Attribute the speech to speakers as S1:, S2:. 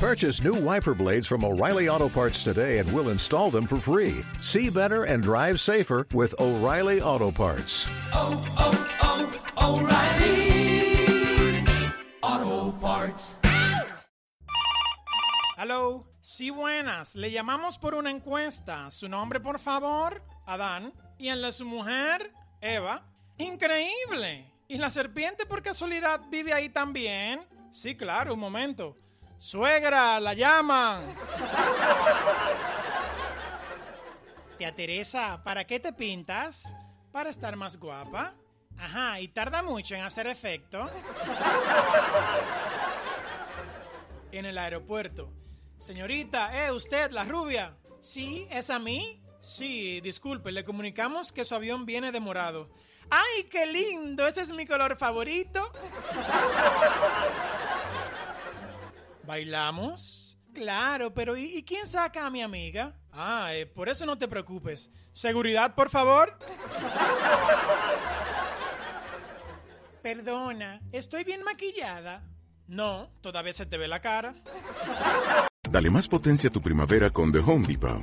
S1: Purchase new wiper blades from O'Reilly Auto Parts today and we'll install them for free. See better and drive safer with O'Reilly Auto Parts.
S2: oh, oh, O'Reilly Auto Parts.
S3: Hello, sí buenas, le llamamos por una encuesta. Su nombre, por favor, Adán. Y el de su mujer, Eva. Increíble. ¿Y la serpiente por casualidad vive ahí también? Sí, claro, un momento. Suegra, la llaman. Tía Teresa, ¿para qué te pintas? Para estar más guapa. Ajá, y tarda mucho en hacer efecto. en el aeropuerto. Señorita, ¿eh usted, la rubia? Sí, ¿es a mí? Sí, disculpe, le comunicamos que su avión viene demorado. ¡Ay, qué lindo! Ese es mi color favorito. ¿Bailamos? Claro, pero ¿y, y quién saca a mi amiga? Ah, eh, por eso no te preocupes. Seguridad, por favor. Perdona, ¿estoy bien maquillada? No, todavía se te ve la cara.
S4: Dale más potencia a tu primavera con The Home Depot.